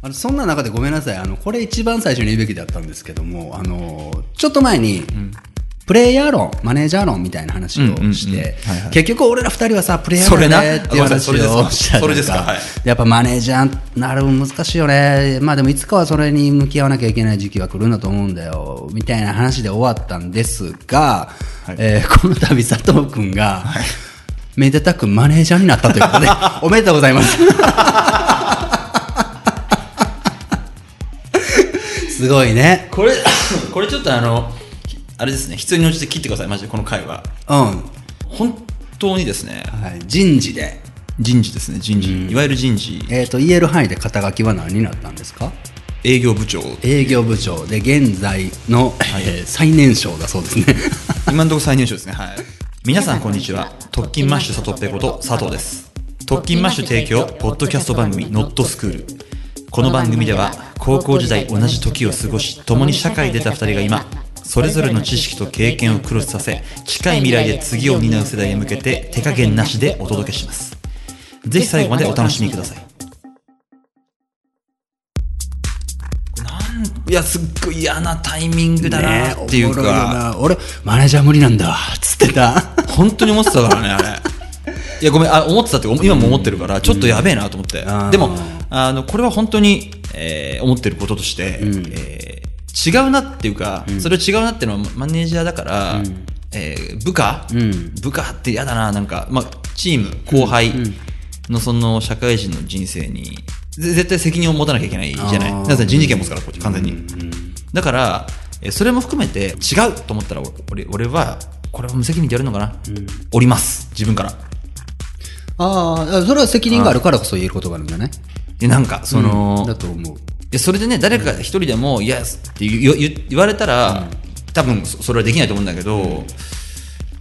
あのそんな中でごめんなさいあのこれ一番最初に言うべきだったんですけどもあのちょっと前に、プレイヤー論マネージャー論みたいな話うんうんうをんして、はいはい結局俺ら二人はさプレイヤー論それなねっていう話ごめんなさいをしたじゃないそれですかそれですかはいやっぱマネージャーなるの難しいよねまあでもいつかはそれに向き合わなきゃいけない時期は来るんだと思うんだよみたいな話で終わったんですが、えーこの度佐藤君が、めでたくマネージャーになったという ことでおめでとうござい ますすごいね。これ これちょっとあのあれですね必要に応じて切ってくださいマジでこの会話うん。は本当にですねい、人事で。人事ですね人事、いわゆる人事えっ、と、言える範囲で肩書きは何になったんですか営業部長営業部長で現在の、えー最年少だそう ですね。今のところ最年少ですねはい皆さんこんにちは特勤マッシュ佐藤ペコと佐藤です特勤マッシュ提供ポッドキャスト番組「ノットスクールこの番組では高校時代同じ時を過ごし共に社会に出た2人が今それぞれの知識と経験をクロスさせ近い未来で次を担う世代へ向けて手加減なしでお届けしますぜひ最後までお楽しみくださいなんいやすっごい嫌なタイミングだなっていうねか、おもろよな俺、マネージャー無理なんだ、つってた。 本当に思ってたからね、あれ。いや、ごめん、あ、思ってたって、今も思ってるから、ちょっとやべえなと思って。あーでも、あの、これは本当に、えー思ってることとして、えー違うなっていうか、それ違うなっていうのはマネージャーだから、えー部下、ん部下って嫌だな、なんか、まあ、チーム、後輩のその社会人の人生に、ぜ絶対責任を持たなきゃいけないじゃない。あーなぜ人事権持つから、こっち、完全に。だから、えーそれも含めて違うと思ったら、俺俺は、これは無責任でやるのかな、おります、自分から。ああ、それは責任があるからこそ言える言葉なんじゃないで、なんか、その、だと思う。でそれでね、誰か一人でも、イエスって言言言言われたら、多分そそれはできないと思うんだけど、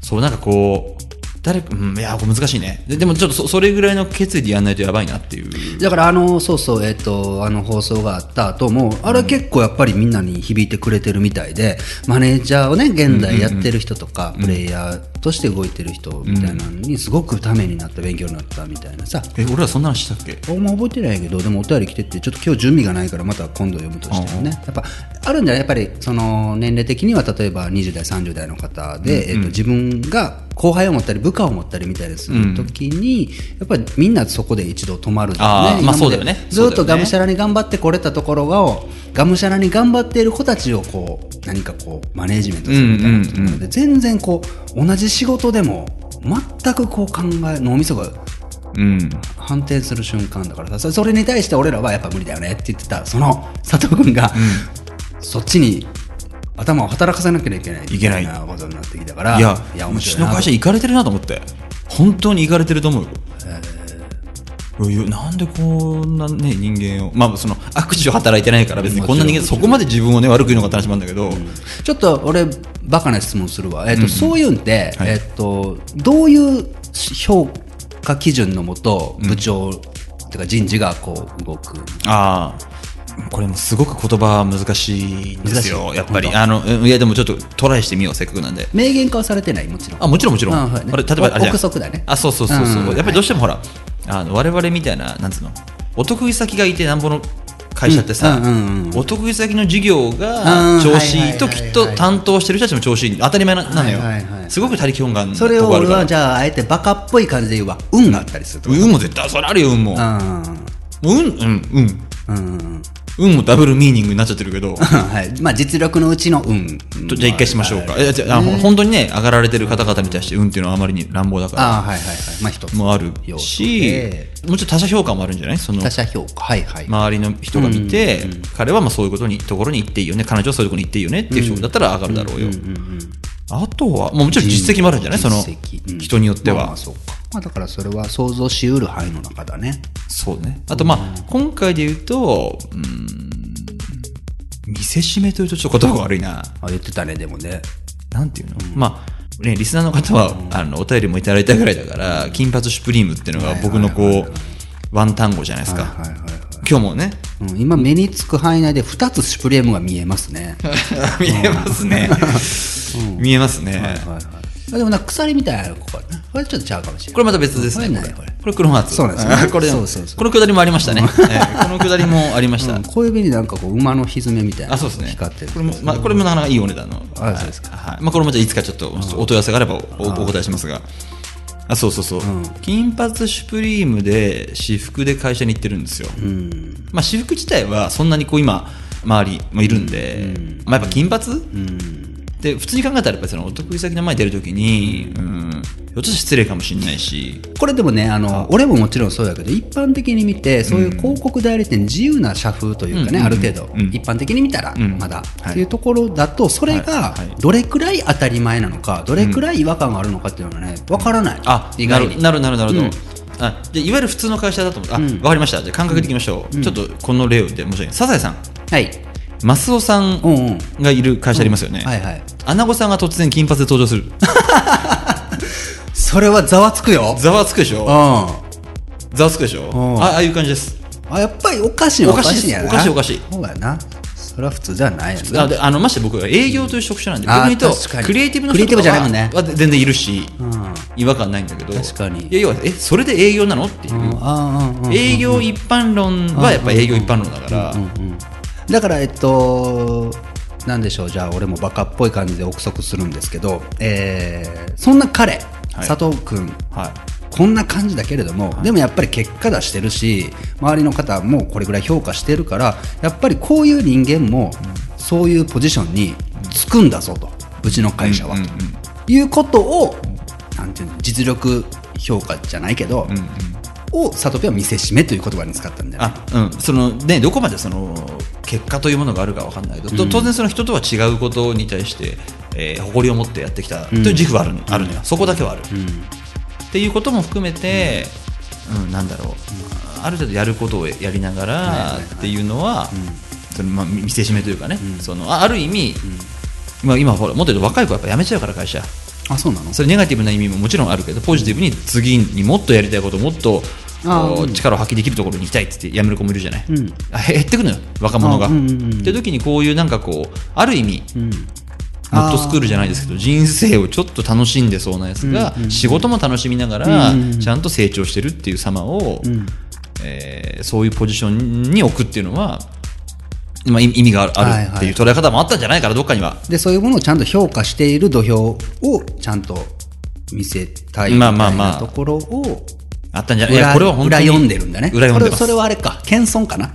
そう、なんかこう、誰か、うん、いや、これ難しいね。ででも、ちょっとそそれぐらいの決意でやんないとやばいなっていう。だからあのそうそうえっ、とあの放送があった後もあれ結構やっぱりみんなに響いてくれてるみたいでマネージャーをね現在やってる人とか、プレイヤーとして動いてる人みたいなのにすごくためになった勉強になったみたいなさえ、俺らそんな話したっけあんま覚えてないけどでもお便り来ててちょっと今日準備がないからまた今度読むとしてもねやっぱあるんじゃないやっぱりその年齢的には例えば20代30代の方で、えっと自分が後輩を持ったり部下を持ったりみたいなする時に、やっぱりみんなそこで一度止まるんだよあーね今まあでそうだよねずっとがむしそゃらに頑張ってこれたところをがむしゃらに頑張っている子たちをこう何かこうマネージメントするみたいなところで、うんうん全然こう同じ仕事でも全くこう考え脳みそがうん。反転する瞬間だからさそそれに対して俺らはやっぱ無理だよねって言ってたその佐藤君が、そっちに頭を働かせなきゃいけないいけないみたなことになってきたからいや、いやう面ち白いのな会社行かれてるなと思って。本当に行かれてると思うよ。いやなんでこんなね、人間を。まあ、その、悪事を働いてないから別にこんな人間、そこまで自分をね、悪く言うのかって話もあるんだけど、ちょっと俺バカな質問するわ、えっとそういうんって、はいえっとどういう評価基準のもと部長、てか人事がこう動くああ、これもすごく言葉は難しいんです難しよ、いやっぱり。本当あの、うんいや、でもちょっとトライしてみよう、せっかくなんで。明言化はされてないもちろんあ、もちろんもちろん。あはいねこれ例えば、あれじゃん憶測だねあ、そうそうそうそう、うんやっぱりどうしてもほら、あの我々みたいな、なんつうの、お得意先がいてなんぼの会社ってさ、うんうんうんお得意先の事業うがん調子いいとはいはいはいきはいっと担当してる人たちも調子いい。当たり前ななのよ、はいはいはいすごく他力本願なそれとをこあ俺るかはら。じゃああえてバカっぽい感じで言うわ運があったりすると運も絶対、それあるよ、運も。もうんう運、うん、うん。うん運もダブルミーニングになっちゃってるけど。 はい。まあ実力のうちの運。とじゃあ一回しましょうか。えじゃああの本当にね、上がられてる方々に対して、運っていうのはあまりに乱暴だから、ああ、はいはいはい。まあ一つ。もある要素し、でもちろん他者評価もあるんじゃないその他者評価。はいはい。周りの人が見て、彼はまあそういうことにところに行っていいよね、彼女はそういうところに行っていいよねっていう人だったら上がるだろうよ。あとは、もうもちろん実績もあるんじゃないその実績うん人によってまあまはあ。そうか。まあだからそれは想像しうる範囲の中だね。そうね。あとまあ、今回で言うと、うーん、見せしめというとちょっと言葉が悪いな。あ言ってたね、でもね。なんていうの、まあ、ね、リスナーの方は、あの、お便りもいただいたぐらいだから、金髪シュプリームっていうのが僕のこう、ワン単語じゃないですか。はいはいはい。今日もね、 うん、今目につく範囲内で2つシュプ レームが見えますね。見えますね。見えますね。はいはい。あでもなんか鎖みたいなのここねこれちょっとちゃうかもしれこれまた別ですね。これこねれこれこれ黒松。そうなんですよこれそうそうそうこのくだりもありましたね。ええこのくだりもありましない、うたん。小指になんかこう馬のひずめみたいなあ、のそうがですね。光ってるこれも、まあ、これもなかなかいいお値段の。あそうですはい。まあ、これもじゃあいつかちょっとお問い合わせがあればおお答えしますが。あ、そうそうそう。金髪シュプリームで私服で会社に行ってるんですよ。うんまあ、私服自体はそんなにこう今、周りもいるんで、まあ、やっぱ金髪、うんで普通に考えたらやっぱりそのお得意先の前に出るときに、うん、ひょっとしたら失礼かもしれないし、これでもねあの俺ももちろんそうだけど一般的に見てそういう広告代理店自由な社風というかね、うんある程度、うん一般的に見たらんまだ、はいっていうところだとそれがはいはいどれくらい当たり前なのかどれくらい違和感があるのかっていうのがねわからない、あ意外に。なるなるなるなるほど、うあじゃあいわゆる普通の会社だと思ってあ、わかりましたじゃあ感覚でいきましょう、ちょっとこの例を言って申し訳ないサザエさんはい、マスオさんうんうんがいる会社ありますよね、はいはい、アナゴさんが突然金髪で登場するそれはざわつくよ、ざわつくでしょうざわつくでしょうんあああいう感じですん、あやっぱりおかしいのはおおかかししいいんですやなおかしいおかしいそうやなそれは普通ではないよねあであのまして僕は営業という職種なんで、うん逆に言うあ確かとにクリエイティブのクリ人とかエイティブじゃないもんねはは全然いるし、ん違和感ないんだけど確かにいや要はえそれで営業なのっていう、あーうんうんうん営業一般論はやっぱ営業一般論だから、だからえっとなんでしょうじゃあ俺もバカっぽい感じで憶測するんですけど、えーそんな彼、はい佐藤君はいこんな感じだけれども、でもやっぱり結果出してるし周りの方もこれぐらい評価してるからやっぱりこういう人間もそういうポジションにつくんだぞとうちの会社は、うんうんということをなんていうの実力評価じゃないけど、を佐藤ペは見せしめという言葉に使ったんだよねあうんそのね、どこまでその結果というものがあるかわかんないけど、と当然、その人とは違うことに対して、えー誇りを持ってやってきたという自負はある,、あるのよ、そこだけはある、っていうことも含めて、うんなんだろう、ある程度やることをやりながらっていうのは、そのまあ、見見せしめというかね、そのあある意味、まあ今ほら、もっと言うと若い子はやっぱ辞めちゃうから、会社。あそうなのそれネガティブな意味ももちろんあるけどポジティブに次にもっとやりたいこともっとあーこううん力を発揮できるところに行きたいって言って辞める子もいるじゃない、んあ減ってくのよ若者が。あっうんうんうんて時にこういうなんかこうある意味、んノットスクールじゃないですけど人生をちょっと楽しんでそうなやつが、仕事も楽しみながら、うんうんうんちゃんと成長してるっていう様を、んえーそういうポジションに置くっていうのは、まあ、い意味があるあるっていう捉え方もあったんじゃないかなどっかには。でそういうものをちゃんと評価している土俵をちゃんと見せたいみまあたいまあまあなところをあったんじゃないい裏やこれは本当裏に読んでるんだね裏読んでますこれそれはあれか謙遜かな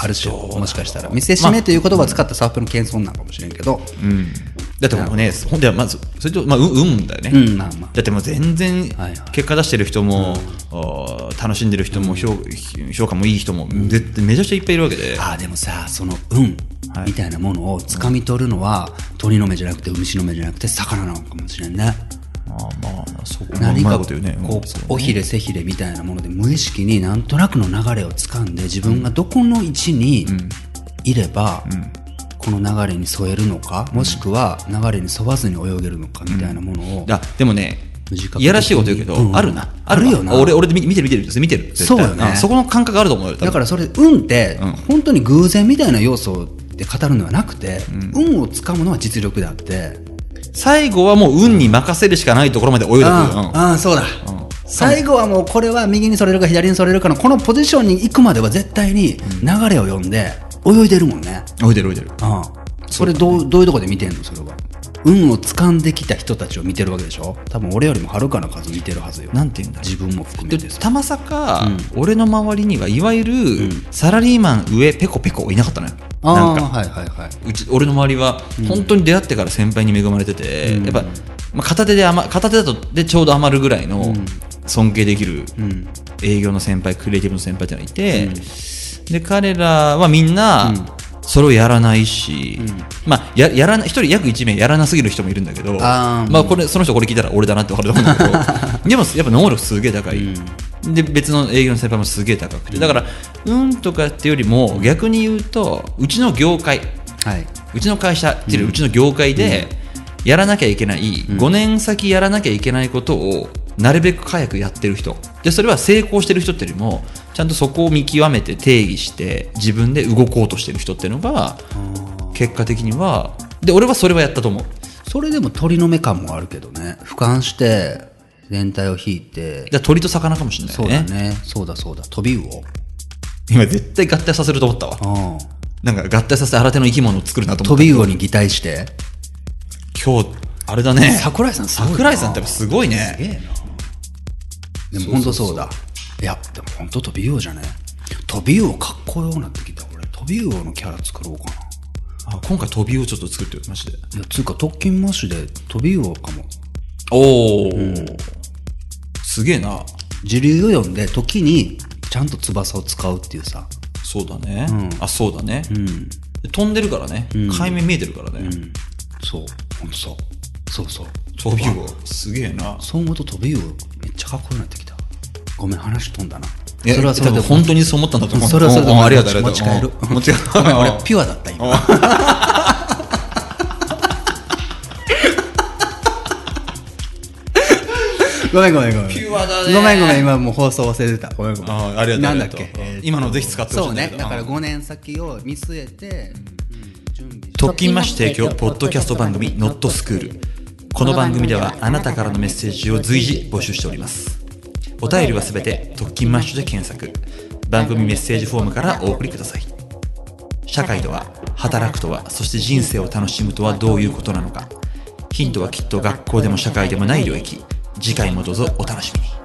ある種もしかしたら見せしめという言葉を使ったサープの謙遜なのかもしれんけど、うんだってもうね、本当はまず、それと、まあ、運運だよね、うんまあまあだってもう全は然いはい結果出してる人も、あー楽しんでる人も、評評価もいい人も、絶対めちゃくちゃいっぱいいるわけで、ああでもさその運みたいなものを掴み取るのは、鳥の目じゃなくて虫の目じゃなくて魚なのかもしれんねまあまあ、そう何うまかいここと言うね、う尾ひれ背ひれみたいなもので無意識になんとなくの流れをつかんで自分がどこの位置にいればこの流れに沿えるのかもしくは流れに沿わずに泳げるのかみたいなものをだでもね無自覚的、にいやらしいこと言うけど、うんあるな、あるあるわよな俺、俺で見見てる、見てる、見てる、絶対そうよねんそこの感覚あると思うよ、多分だからそれ運って本当に偶然みたいな要素で語るのではなくて運をつかむのは実力であって最後はもう運に任せるしかないところまで泳いでくる、うんああああそうだ最後はもうこれは右にそれるか左にそれるかのこのポジションに行くまでは絶対に流れを読んで泳いでるもんね。泳いでる、泳いでる。ああそれどうどういうとこで見てんのそれは運を掴んできた人たちを見てるわけでしょ多分俺よりもはるかな数見てるはずよなんて言うんだろう自分も含でめてさたまさか、俺の周りにはいわゆる、サラリーマン上ペコペコいなかったのよなんあかあはいはいはいうち俺の周りは本当に出会ってから先輩に恵まれてて、やっぱ、まあ、片手で余片手だとでちょうど余るぐらいの尊敬できる営業の先輩クリエイティブの先輩っていうのがいて、で彼らはみんな、それをやらないし、まあ、ややらな一人約1名やらなすぎる人もいるんだけどあーまあ、これその人これ聞いたら俺だなって分かると思うんだ けどでもやっぱ能力すげえ高い、で別の営業の先輩もすげえ高くてだからうんとかってよりも逆に言うとうちの業界はいうちの会社っていううちの業界でやらなきゃいけない、5年先やらなきゃいけないことをなるべく早くやってる人でそれは成功してる人っていうよりもちゃんとそこを見極めて定義して自分で動こうとしてる人っていうのが結果的にはで俺はそれはやったと思うそれでも鳥の目感もあるけどね俯瞰して全体を引いてじゃあ鳥と魚かもしれないそうだね。ねそうだそうだ飛び魚今絶対合体させると思ったわ。うんなんか合体させて新手の生き物を作るなと思飛った。び魚に擬態して今日、あれだね。桜井さんすごいな桜井さんってやっぱすごいね。ええなでも本当そうだいやでも本当飛び魚じゃね飛び魚かっこよくなってきた俺飛び魚のキャラ作ろうかなあ今回飛びをちょっと作ってよ、マジで。いやつうか特勤マッシュで飛び魚かもおお、すげえな。時流を読んで時にちゃんと翼を使うっていうさそうだね。あ、そうだね、飛んでるからね。海面見えてるからね。そう本当そうそうそう飛びを。すげえな。そう思うと飛び魚めっちゃかっこよくなってきたごめん話飛んだなそいやれはそれ多で分本当にそう思ったんだと思う。それはそれでうんうんありがとう、あり持がちとう。帰るうん持ち帰る。 ごめん俺ピュアだった今 ごめんごめんごめん。ピュアだねごめんごめん、今もう放送忘れてた。ごめんごめん。あありがとうなんだっありけがとうえー今のぜひ使ってほしいそうんだけねど。だから5年先を見据えて、うん準備して特勤マッシュ提供ポッドキャスト番組「ノットスクールこの番組ではあなたからのメッセージを随時募集しておりますお便りはすべて特勤マッシュで検索番組メッセージフォームからお送りください社会とは働くとはそして人生を楽しむとはどういうことなのかヒントはきっと学校でも社会でもない領域次回もどうぞお楽しみに